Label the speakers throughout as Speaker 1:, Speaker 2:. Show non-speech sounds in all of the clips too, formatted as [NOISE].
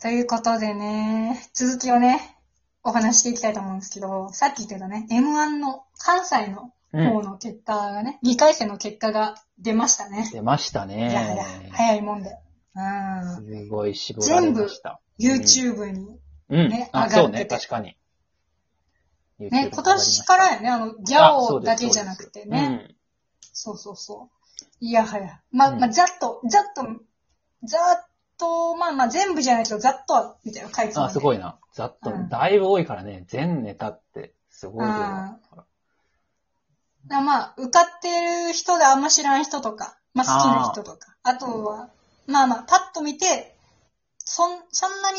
Speaker 1: ということでね、続きをね、お話ししていきたいと思うんですけど、さっき言ってたね、M1 の関西の
Speaker 2: う
Speaker 1: 方
Speaker 2: ん。
Speaker 1: の結果がね、2回戦の結果が出ましたね。
Speaker 2: 出ました
Speaker 1: いやいや
Speaker 2: ね、。
Speaker 1: 早いもんで。うん。
Speaker 2: すごい絞られました。
Speaker 1: YouTube に。
Speaker 2: うん。
Speaker 1: ね上がっ
Speaker 2: あ、
Speaker 1: てて
Speaker 2: そうね、確かに。
Speaker 1: ね、今年からやね、あの、ギャオだけじゃなくてね。
Speaker 2: ね。
Speaker 1: そうそうそう。いやはや。まあ、
Speaker 2: うん
Speaker 1: まあ、ざっと、ざっと、ざっと、まあまあ、全部じゃないけど、ざっとは、みたいなの書いて
Speaker 2: うんあ、す
Speaker 1: い。
Speaker 2: ごいな。ざっと
Speaker 1: うん、
Speaker 2: だいぶ多いからね、全ネタって、すごい量だから。
Speaker 1: だからまあ、受かってる人であんま知らん人とか、まあ好きな人とか、あとは、まあまあ、パッと見て、そん、そんなに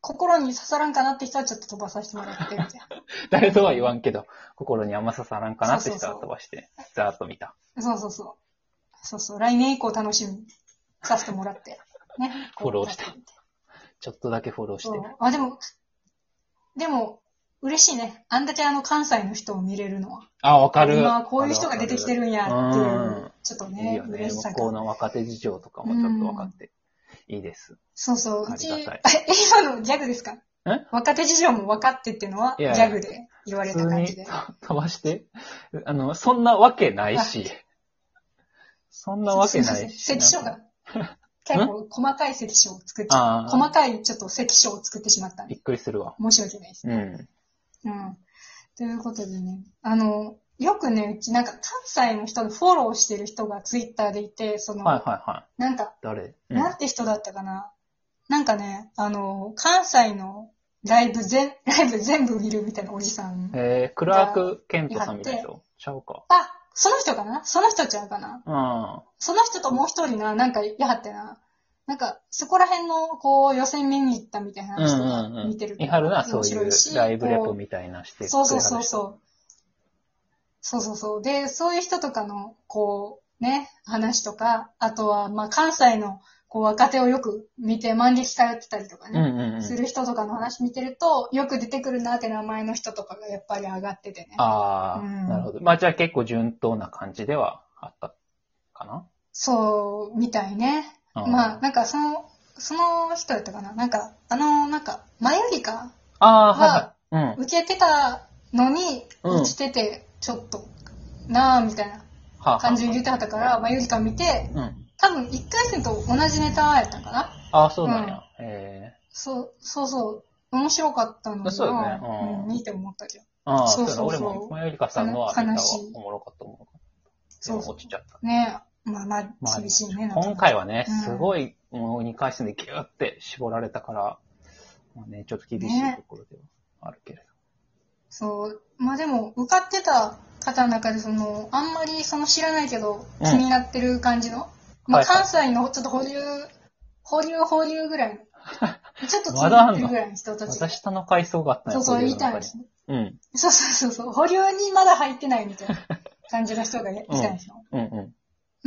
Speaker 1: 心に刺さらんかなって人はちょっと飛ばさせてもらってるみたいな。
Speaker 2: 誰とは言わんけど、心にあんま刺さらんかなって人
Speaker 1: そうそう
Speaker 2: は
Speaker 1: そう
Speaker 2: 飛ばして、ざーっと見た。 [LAUGHS]
Speaker 1: そうそうそう。そうそう、来年以降楽しみにさせてもらって。ね。
Speaker 2: [LAUGHS] フォローしたちょっとだけフォローし
Speaker 1: そう
Speaker 2: て。
Speaker 1: あ、でも、でも、嬉しいね。あんだけあの関西の人を見れるのは。
Speaker 2: あ、わかる。、
Speaker 1: 今はこういう人が出てきてるんやっていううんちょっと
Speaker 2: いい
Speaker 1: ね、
Speaker 2: よね。
Speaker 1: 嬉しさ
Speaker 2: 向こう
Speaker 1: が。
Speaker 2: の若手事情とかもちょっと分かって、いいです。
Speaker 1: そうそう、
Speaker 2: あ
Speaker 1: うち、
Speaker 2: り
Speaker 1: え
Speaker 2: がたい、
Speaker 1: 今のギャグですか若手事情も分かってっていうのはいギ
Speaker 2: やいや
Speaker 1: ャグで言われ
Speaker 2: 普
Speaker 1: た
Speaker 2: 通
Speaker 1: 感
Speaker 2: に
Speaker 1: じで。
Speaker 2: 飛ばして、あの、そんなわけないし、そんなわけな
Speaker 1: すいません
Speaker 2: [LAUGHS] いし。
Speaker 1: 関所が。結構細かい関所を作っちゃ
Speaker 2: あ
Speaker 1: う。
Speaker 2: あ
Speaker 1: 細かいちょっと関所を作ってしまったん
Speaker 2: び
Speaker 1: で。
Speaker 2: っくりするわ。
Speaker 1: 申し訳ないです。
Speaker 2: うん。
Speaker 1: うん。ということでね、あの、よくね、うちなんか関西の人でフォローしてる人がツイッターでいて、その、
Speaker 2: はいはいはい。
Speaker 1: なんか、
Speaker 2: 誰、うん、
Speaker 1: なんて人だったかな。なんかね、あの、関西のライブ全、ライブ全部見るみたいなおじさん。
Speaker 2: えー、クラーク・ケントさんみたいな人ちゃうか。
Speaker 1: あ、その人かなその人ちゃうかな
Speaker 2: うん。
Speaker 1: その人ともう一人な、なんか、やはってな。なんか、そこら辺の、こう、予選見に行ったみたいな人
Speaker 2: うんうん
Speaker 1: が
Speaker 2: うん。
Speaker 1: 見てると
Speaker 2: いはるな、そ
Speaker 1: 面
Speaker 2: うい
Speaker 1: 白
Speaker 2: う
Speaker 1: いし
Speaker 2: ライブレポ
Speaker 1: こう
Speaker 2: みたいなして
Speaker 1: そうそうそう
Speaker 2: う。
Speaker 1: そう。そうそうそう。で、そういう人とかの、こう、ね、話とか、あとは、まあ、関西の、こう、若手をよく見て、万劇通ってたりとか
Speaker 2: う
Speaker 1: ね、
Speaker 2: んうんうん
Speaker 1: す。る人とかの話見てると、よく出てくるなって名前の人とかがやっぱり上がっててね。
Speaker 2: ああ、
Speaker 1: うん
Speaker 2: なるほど。まあじゃあ結構順当な感じではあったかな。
Speaker 1: そう、みたいね。
Speaker 2: うん
Speaker 1: まあ、なんか、その、その人やったかな。なんか、あの、なんか、前よりか、
Speaker 2: ああー、はいはい。うん。
Speaker 1: 受けてたのに、
Speaker 2: うん
Speaker 1: 落ちてて、ちょっと、なぁ、みたいな
Speaker 2: はあはあ
Speaker 1: 感じで言ってはったから、前よりか見て、
Speaker 2: うん。
Speaker 1: 多分1回戦と同じネタやったんかな
Speaker 2: ああ、そうなんや。ええ
Speaker 1: そう、そうそう。面白かったのに
Speaker 2: そうよね
Speaker 1: な、
Speaker 2: うん
Speaker 1: うん、見て思ったけど。
Speaker 2: ああ、
Speaker 1: そ
Speaker 2: そうう
Speaker 1: そ
Speaker 2: そうう
Speaker 1: そう
Speaker 2: 俺も、小よりかさんのは
Speaker 1: 悲
Speaker 2: 見たわ
Speaker 1: しい。
Speaker 2: おもろかったおもろかった。
Speaker 1: そう
Speaker 2: でも落ちちゃった。
Speaker 1: ねまあまあ、
Speaker 2: まあ
Speaker 1: 厳しいね、なんか
Speaker 2: 今回はね、
Speaker 1: うん
Speaker 2: すごい、もう2回戦でギューって絞られたから、まあね、ちょっと厳しいところではあるけれど。
Speaker 1: そう。まあでも、受かってた方の中で、その、あんまりその知らないけど、
Speaker 2: うん
Speaker 1: 気になってる感じの、まあ
Speaker 2: はいはい
Speaker 1: 関西のちょっと保留、保留保留ぐらいの、
Speaker 2: [LAUGHS]
Speaker 1: ちょっと気
Speaker 2: ま
Speaker 1: に
Speaker 2: だあ
Speaker 1: なっ
Speaker 2: んの
Speaker 1: てるぐらいの人た
Speaker 2: ま
Speaker 1: ち
Speaker 2: た
Speaker 1: が。
Speaker 2: 下の階層があったん
Speaker 1: そ
Speaker 2: や
Speaker 1: うそう、
Speaker 2: 交
Speaker 1: 言
Speaker 2: 流
Speaker 1: いたい
Speaker 2: の中
Speaker 1: ん
Speaker 2: に
Speaker 1: ですね。
Speaker 2: うん。
Speaker 1: そうそうそうそう、保留にまだ入ってないみ
Speaker 2: [LAUGHS]
Speaker 1: たいな感じの人がいいたんですよ。
Speaker 2: うんうん。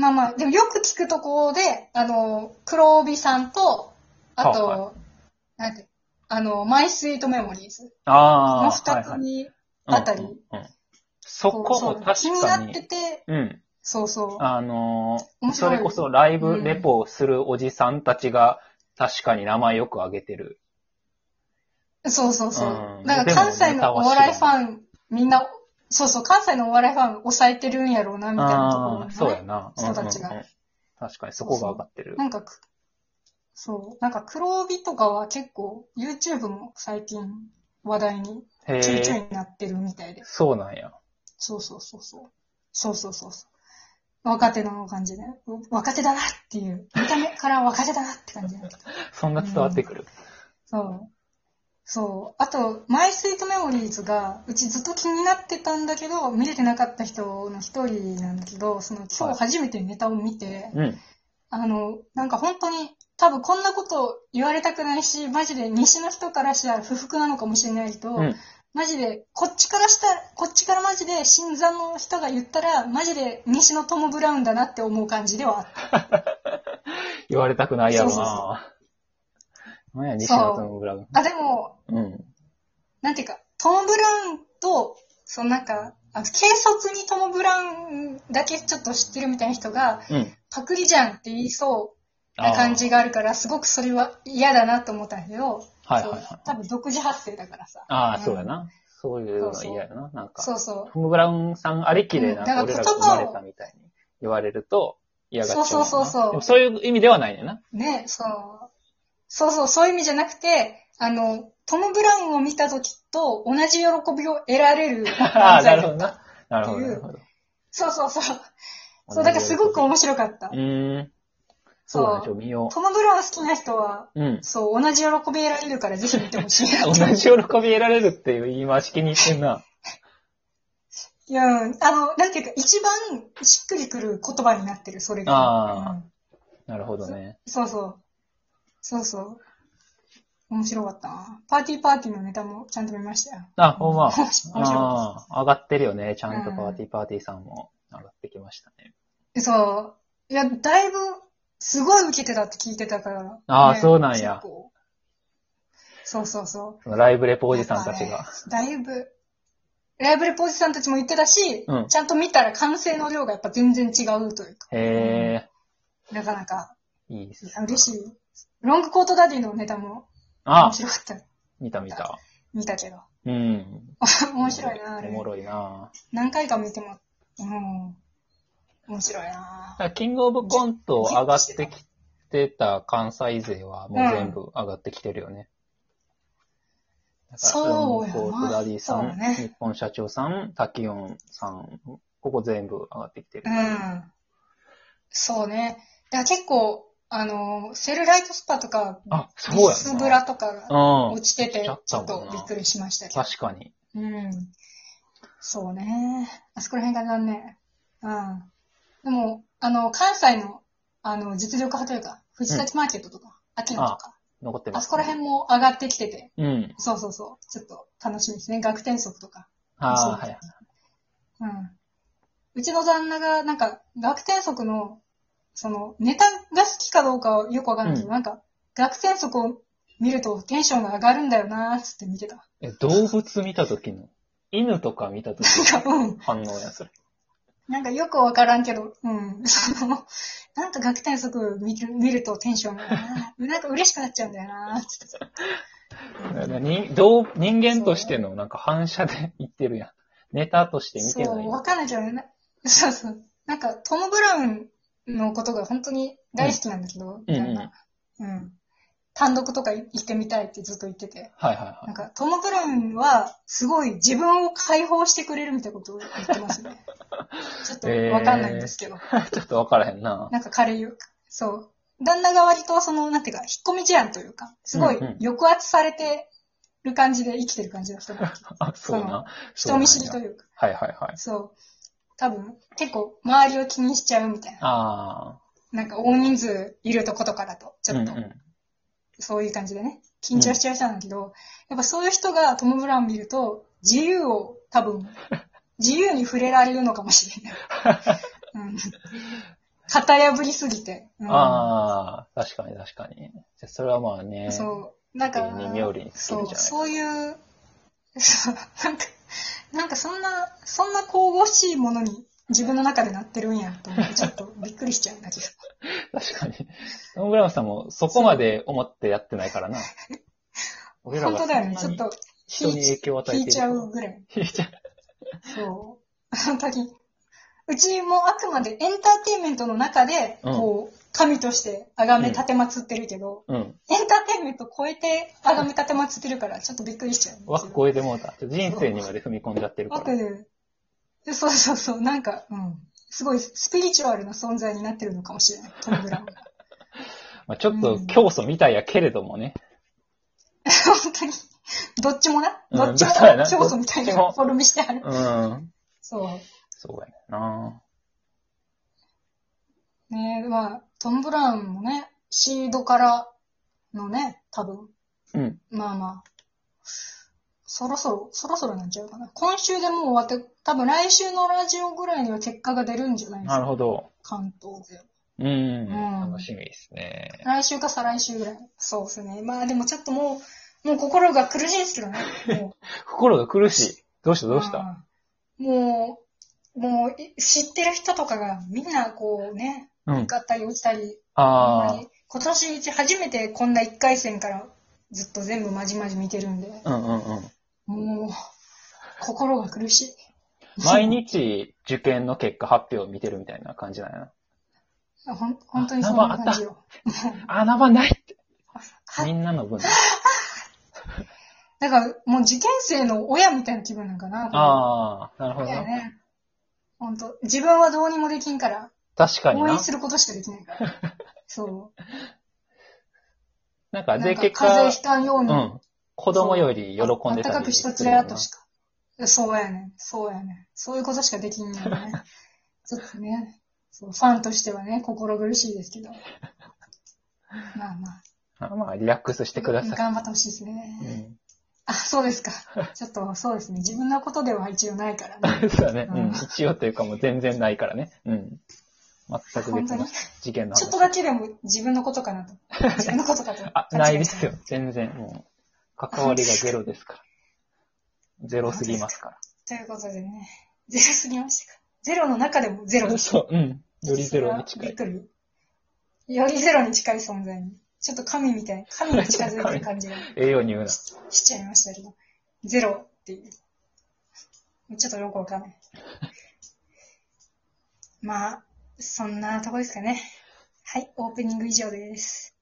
Speaker 1: まあまあ、でもよく聞くとこで、あの、黒帯さんと、あと、
Speaker 2: はい
Speaker 1: なんて、あの、マイスイートメモリーズ
Speaker 2: ああ、
Speaker 1: の
Speaker 2: は
Speaker 1: 二
Speaker 2: いはい
Speaker 1: 組あたり
Speaker 2: うんうんうんそこ
Speaker 1: そ
Speaker 2: も
Speaker 1: う
Speaker 2: 確かに。
Speaker 1: 気になってて、
Speaker 2: うん。
Speaker 1: そうそう。
Speaker 2: あのー
Speaker 1: 面白
Speaker 2: そ
Speaker 1: い
Speaker 2: れこそライブレポをするおじさんたちが、確かに名前よく挙げてる。
Speaker 1: そうそうそうう。
Speaker 2: ん
Speaker 1: だから関西のお笑いファン、みんな、そうそう、関西のお笑いファン抑えてるんやろうな、みたいなところ
Speaker 2: あ
Speaker 1: も
Speaker 2: あー、
Speaker 1: ね
Speaker 2: そうやな。
Speaker 1: 人たちが
Speaker 2: うんうんうん確かに、そこが上がってる。
Speaker 1: なんかく、そう、なんか黒帯とかは結構、YouTube も最近話題に
Speaker 2: へ
Speaker 1: ちょいちょい
Speaker 2: え、
Speaker 1: になってるみたいで。
Speaker 2: そうなんや。
Speaker 1: そうそうそうそう。そうそうそうそう。若手の感じで、う若手だなっていう、見た目から若手だなって感じなんだけど。
Speaker 2: そんな伝わってくる。
Speaker 1: そう。そう。あと、マイスイートメモリーズが、うちずっと気になってたんだけど、見れてなかった人の一人なんだけど、その今
Speaker 2: はい
Speaker 1: 日初めてネタを見て、
Speaker 2: うん。
Speaker 1: あの、なんか本当に、多分こんなこと言われたくないし、マジで西の人からしたら不服なのかもしれないけど、
Speaker 2: うん
Speaker 1: マジで、こっちからしたら、こっちからマジで、新山の人が言ったら、マジで西のトム・ブラウンだなって思う感じではあった。
Speaker 2: 言われたくないやろ
Speaker 1: そうそうそ
Speaker 2: な。なんや、西野トム・ブラウン。
Speaker 1: あ、でも、
Speaker 2: うん。
Speaker 1: なんていうか、トム・ブラウンと、そのなんか、あ軽率にトム・ブラウンだけちょっと知ってるみたいな人が、
Speaker 2: うん。
Speaker 1: パクリじゃんって言いそうな感じがあるから、すごくそれは嫌だなと思ったんだけど、
Speaker 2: はいはいはい
Speaker 1: そう多分独自発生だからさ。
Speaker 2: ああ、
Speaker 1: ん
Speaker 2: そうや。な。そういうの嫌やな。なんか、
Speaker 1: そうそう。
Speaker 2: トム・ブラウンさんありきで、なんか
Speaker 1: うん
Speaker 2: 俺
Speaker 1: だ
Speaker 2: ら
Speaker 1: から言
Speaker 2: が生
Speaker 1: 葉を
Speaker 2: まれたみたいに言われると嫌がっちゃう
Speaker 1: そうそうそうそう
Speaker 2: でもそういう意味ではないね
Speaker 1: [LAUGHS]
Speaker 2: んな。
Speaker 1: ね、そう。そうそう、そういう意味じゃなくて、あの、トム・ブラウンを見た時と同じ喜びを得られる
Speaker 2: [LAUGHS] ああ、
Speaker 1: 漫
Speaker 2: な
Speaker 1: 才
Speaker 2: るほ
Speaker 1: だ
Speaker 2: ど
Speaker 1: った。
Speaker 2: な。なるほど、なるほど。
Speaker 1: そうそうそう。そう、だからすごく面白かった
Speaker 2: う。ーん。
Speaker 1: そ
Speaker 2: そううだね、ちょっと見よ
Speaker 1: トム・ブラウン好きな人は、
Speaker 2: う。うん。
Speaker 1: そう、同じ喜び得られるからぜひ見てほしいな
Speaker 2: 同
Speaker 1: って。
Speaker 2: じ喜び得られるっていう言い回し気に入ってんな。
Speaker 1: いや、うんあの、なんていうか、一番しっくりくる言葉になってる、それが。
Speaker 2: ああ
Speaker 1: うん
Speaker 2: [LAUGHS] なるほどね。
Speaker 1: そうそう。そうそう。面白かったな。パーティーパーティーのネタもちゃんと見ましたよ。
Speaker 2: あ、ほんま。
Speaker 1: [LAUGHS] 面白かっ
Speaker 2: ああ、上がってるよね。ちゃんと
Speaker 1: うん
Speaker 2: パーティーパーティーさんも上がってきましたね。
Speaker 1: た。そう。いや、だいぶ、すごい受けてたって聞いてたから。
Speaker 2: あーそうなんや
Speaker 1: 結構そうそうそ
Speaker 2: そのライブレポ
Speaker 1: う。
Speaker 2: おじさんたち
Speaker 1: やっ
Speaker 2: が。
Speaker 1: ぱねだいぶ、ライブレポおじさんたちも言ってたし、
Speaker 2: うん
Speaker 1: ちゃんと見たら完成の量がやっぱ全然違うというか。
Speaker 2: へ
Speaker 1: なかなか、
Speaker 2: え、いいっ
Speaker 1: い
Speaker 2: す。
Speaker 1: や嬉しい。ロングコートダディのネタも面
Speaker 2: あ、
Speaker 1: 白かった。
Speaker 2: 見た見た。
Speaker 1: 見たけど。 [LAUGHS]
Speaker 2: うん。
Speaker 1: 面白いな、あれ。
Speaker 2: おもろいな。
Speaker 1: 何回か見ても、うん、面白いな
Speaker 2: だからキングオブコント上がってきてた関西勢はもう全部上がってきてるよね。だから
Speaker 1: そうやな
Speaker 2: ロングコートダディさ、
Speaker 1: そうんだね
Speaker 2: 日本社長さん、タキオンさん、ここ全部上がってきてる。
Speaker 1: うん。そうね。だから結構、あの、セルライトスパとか、
Speaker 2: あ、そう
Speaker 1: ビ
Speaker 2: やんな。
Speaker 1: スブラとかが
Speaker 2: うん
Speaker 1: 落。ちてて、
Speaker 2: うん
Speaker 1: ち
Speaker 2: 落ちちゃ
Speaker 1: ょ
Speaker 2: っ
Speaker 1: った
Speaker 2: もんな
Speaker 1: とびっくりしましたけど。
Speaker 2: 確かに。
Speaker 1: うん。そうね。あそこら辺が残念。うん。でも、あの、関西の、あの、実力派というか、藤崎マーケットとか、秋野とか、
Speaker 2: 残って
Speaker 1: あ
Speaker 2: ます、
Speaker 1: そこら辺も上がってきてて、
Speaker 2: うん。
Speaker 1: そうそうそう。ちょっと楽しみですね。学天則とか。
Speaker 2: ああ、
Speaker 1: そう
Speaker 2: はい。
Speaker 1: うん。うちの旦那が、なんか、学天則の、その、ネタが好きかどうかはよくわかんないけど、
Speaker 2: うん
Speaker 1: なんか、学天則を見るとテンションが上がるんだよなーっつって見てた。
Speaker 2: え、動物見た時の、犬とか見た時
Speaker 1: なん
Speaker 2: の
Speaker 1: か、うん。
Speaker 2: 反応や、それ。
Speaker 1: なんかよくわからんけど、うん。その、 [LAUGHS] なんか学天則見る見るとテンション
Speaker 2: [LAUGHS]
Speaker 1: がなー、なんか嬉しくなっちゃうんだよなーっつってた。
Speaker 2: にどう人間としてのなんか反射で言ってるやん。ネタとして見て
Speaker 1: そ、。
Speaker 2: ないう
Speaker 1: わかんないけどね。なそうそう。なんか、トム・ブラウンのことが本当に大好きなんだけど、
Speaker 2: うんうん
Speaker 1: 旦那うん。単独とか行ってみたいってずっと言ってて。
Speaker 2: はいはい
Speaker 1: な
Speaker 2: は
Speaker 1: んか、トム・ブラウンは、すごい自分を解放してくれるみたいなことを言ってますね。
Speaker 2: [LAUGHS]
Speaker 1: ちょっとわかんないんですけど。
Speaker 2: い。ちょっとわからへ
Speaker 1: [LAUGHS]
Speaker 2: んな。
Speaker 1: なんか軽い、そう。旦那が割と、その、なんていうか、引っ込み思案というか、すごい
Speaker 2: うんうん
Speaker 1: 抑圧されてる感じで生きてる感じの人が、
Speaker 2: あ、そう
Speaker 1: そ
Speaker 2: な
Speaker 1: の。
Speaker 2: そう
Speaker 1: 人
Speaker 2: なんや
Speaker 1: 見知りというか、
Speaker 2: はいはいはい。
Speaker 1: そう。多分、結構、周りを気にしちゃうみたいな。
Speaker 2: あ
Speaker 1: なんか、大人数いるとことかだと、
Speaker 2: あ。
Speaker 1: ち
Speaker 2: うん
Speaker 1: ょ
Speaker 2: う
Speaker 1: っと、
Speaker 2: ん。
Speaker 1: そういう感じでね、緊張しちゃう人なんだけど、やっぱそういう人がトム・ブラウン見ると、自由を多
Speaker 2: [LAUGHS]
Speaker 1: 分、自由に触れられるのかもしれない。うん、型破りすぎて。うん
Speaker 2: ああ、確かに確かに。じゃそれはまあね。
Speaker 1: そう。なんか
Speaker 2: 芸人冥利に尽きるじゃ
Speaker 1: そ、
Speaker 2: ないう
Speaker 1: そういう、そうなんか、なんかそんな、そんな神々しいものに自分の中でなってるんやと思
Speaker 2: [LAUGHS]
Speaker 1: って、ちょっとびっくりしちゃうんだけど。
Speaker 2: 確かに。トム・ブラウンさんもそこまで思ってやってないからな。俺ら
Speaker 1: [LAUGHS] 本
Speaker 2: が
Speaker 1: 当
Speaker 2: そん
Speaker 1: だ
Speaker 2: な
Speaker 1: よね。ちょっ
Speaker 2: に
Speaker 1: と
Speaker 2: 人に影響を与え
Speaker 1: 引
Speaker 2: て
Speaker 1: い
Speaker 2: いる
Speaker 1: ち
Speaker 2: と
Speaker 1: ゃ
Speaker 2: は
Speaker 1: うぐらい。
Speaker 2: 引いちゃう。
Speaker 1: そう。本当に。うちもあくまでエンターテインメントの中で、
Speaker 2: うん
Speaker 1: こう、神として崇め立てまつってるけど、
Speaker 2: うん。
Speaker 1: エンターテインメント超えて崇め立てまつってるから、ちょっとびっくりしちゃう。
Speaker 2: 枠超えてもうた。ちょっと人生にまで踏み込んじゃってるか
Speaker 1: 僕
Speaker 2: ら。
Speaker 1: ね、そうそうそう、なんか、うん。すごいスピリチュアルな存在になってるのかもしれない、トム・ブラウンが。
Speaker 2: [LAUGHS] まあ、ちょっと教祖みたいやけれどもね。
Speaker 1: 本当に。どっちもな、
Speaker 2: うん
Speaker 1: どっちも
Speaker 2: そうやな
Speaker 1: 教祖みたいな
Speaker 2: どっちも
Speaker 1: フォルムしてある。
Speaker 2: うん。
Speaker 1: そ
Speaker 2: そうやねんな。
Speaker 1: う。ねまあ、トム・ブラウンもね、シードからのね、多分、
Speaker 2: うん。
Speaker 1: まあまあ、そろそろ、そろそろなんちゃうかな。今週でもう終わって、多分来週のラジオぐらいには結果が出るんじゃないです
Speaker 2: なる
Speaker 1: か、
Speaker 2: ほど。
Speaker 1: 関東勢。
Speaker 2: うん。
Speaker 1: ん
Speaker 2: 楽しみですね。
Speaker 1: 来週か再来週ぐらい。そうですね。まあでもちょっともう、もう心が苦しいですけど
Speaker 2: [LAUGHS]
Speaker 1: ね。も
Speaker 2: 心が苦しい。どうした
Speaker 1: う
Speaker 2: どうした、
Speaker 1: うんもう、もうい、知ってる人とかがみんなこうね、
Speaker 2: うん
Speaker 1: 受かったり落ちたり、
Speaker 2: あ
Speaker 1: あんまり今年一初めてこんな1回戦からずっと全部まじまじ見てるんで、
Speaker 2: うんうん
Speaker 1: [LAUGHS]
Speaker 2: うん。
Speaker 1: もう、心が苦しい。
Speaker 2: 毎日受験の結果発表を見てるみたいな感じなんやな。
Speaker 1: ほん本当にそんな感じよ。
Speaker 2: あ、名前ないって。
Speaker 1: は
Speaker 2: みんなの分。
Speaker 1: だから、もう受験生の親みたいな気分なんかな。
Speaker 2: ああ、なるほど
Speaker 1: だよ
Speaker 2: な。
Speaker 1: ね。本当自分はどうにもできんから、
Speaker 2: 確かに
Speaker 1: 応援
Speaker 2: な。
Speaker 1: することしかできないから。
Speaker 2: [LAUGHS]
Speaker 1: そう。
Speaker 2: なんか、
Speaker 1: なん
Speaker 2: で、
Speaker 1: か
Speaker 2: 結
Speaker 1: 風邪ひ、
Speaker 2: 果
Speaker 1: かんよう
Speaker 2: う
Speaker 1: に、
Speaker 2: ん。子供より喜んで
Speaker 1: あった
Speaker 2: た
Speaker 1: か
Speaker 2: り
Speaker 1: くしと
Speaker 2: す
Speaker 1: つ
Speaker 2: る
Speaker 1: ら
Speaker 2: よ
Speaker 1: や
Speaker 2: な
Speaker 1: としか。そうやねん。そうやねん。そういうことしかできんのよ
Speaker 2: [LAUGHS]
Speaker 1: ね。ちょっとね、そうファンとしてはね、心苦しいですけ
Speaker 2: [LAUGHS]
Speaker 1: ど。まあまあ、
Speaker 2: あまあ、リラックスしてくださ
Speaker 1: 頑張ってほしいですね。
Speaker 2: い。うん。
Speaker 1: あ、そうですか。ちょっとそうですね。自分のことでは一応ないからね。
Speaker 2: [LAUGHS] そうだね。う
Speaker 1: うん
Speaker 2: ん。一応というかもう全然ないからね。うん。全く別の事件の
Speaker 1: ちょっと
Speaker 2: 話。。
Speaker 1: だけでも自分のことかなと。自分のことかと
Speaker 2: あ、ないですよ。全然。もう、関わりがゼロですから。ゼロすぎますか
Speaker 1: [LAUGHS] ということでね、ゼロすぎましたか。ゼロの中でもゼロ
Speaker 2: ら。
Speaker 1: です。
Speaker 2: そう、うん。よりゼロに近い
Speaker 1: そ。れはびっくり。よりゼロに近い存在に。ちょっと神みたい。神に近づいてる感じが
Speaker 2: 栄養に言うな。
Speaker 1: しちゃいましたけど。 [LAUGHS] ゼロっていう。ちょっとよくわかんない。 [LAUGHS] まあ、そんなとこですかね。はい、オープニング以上です。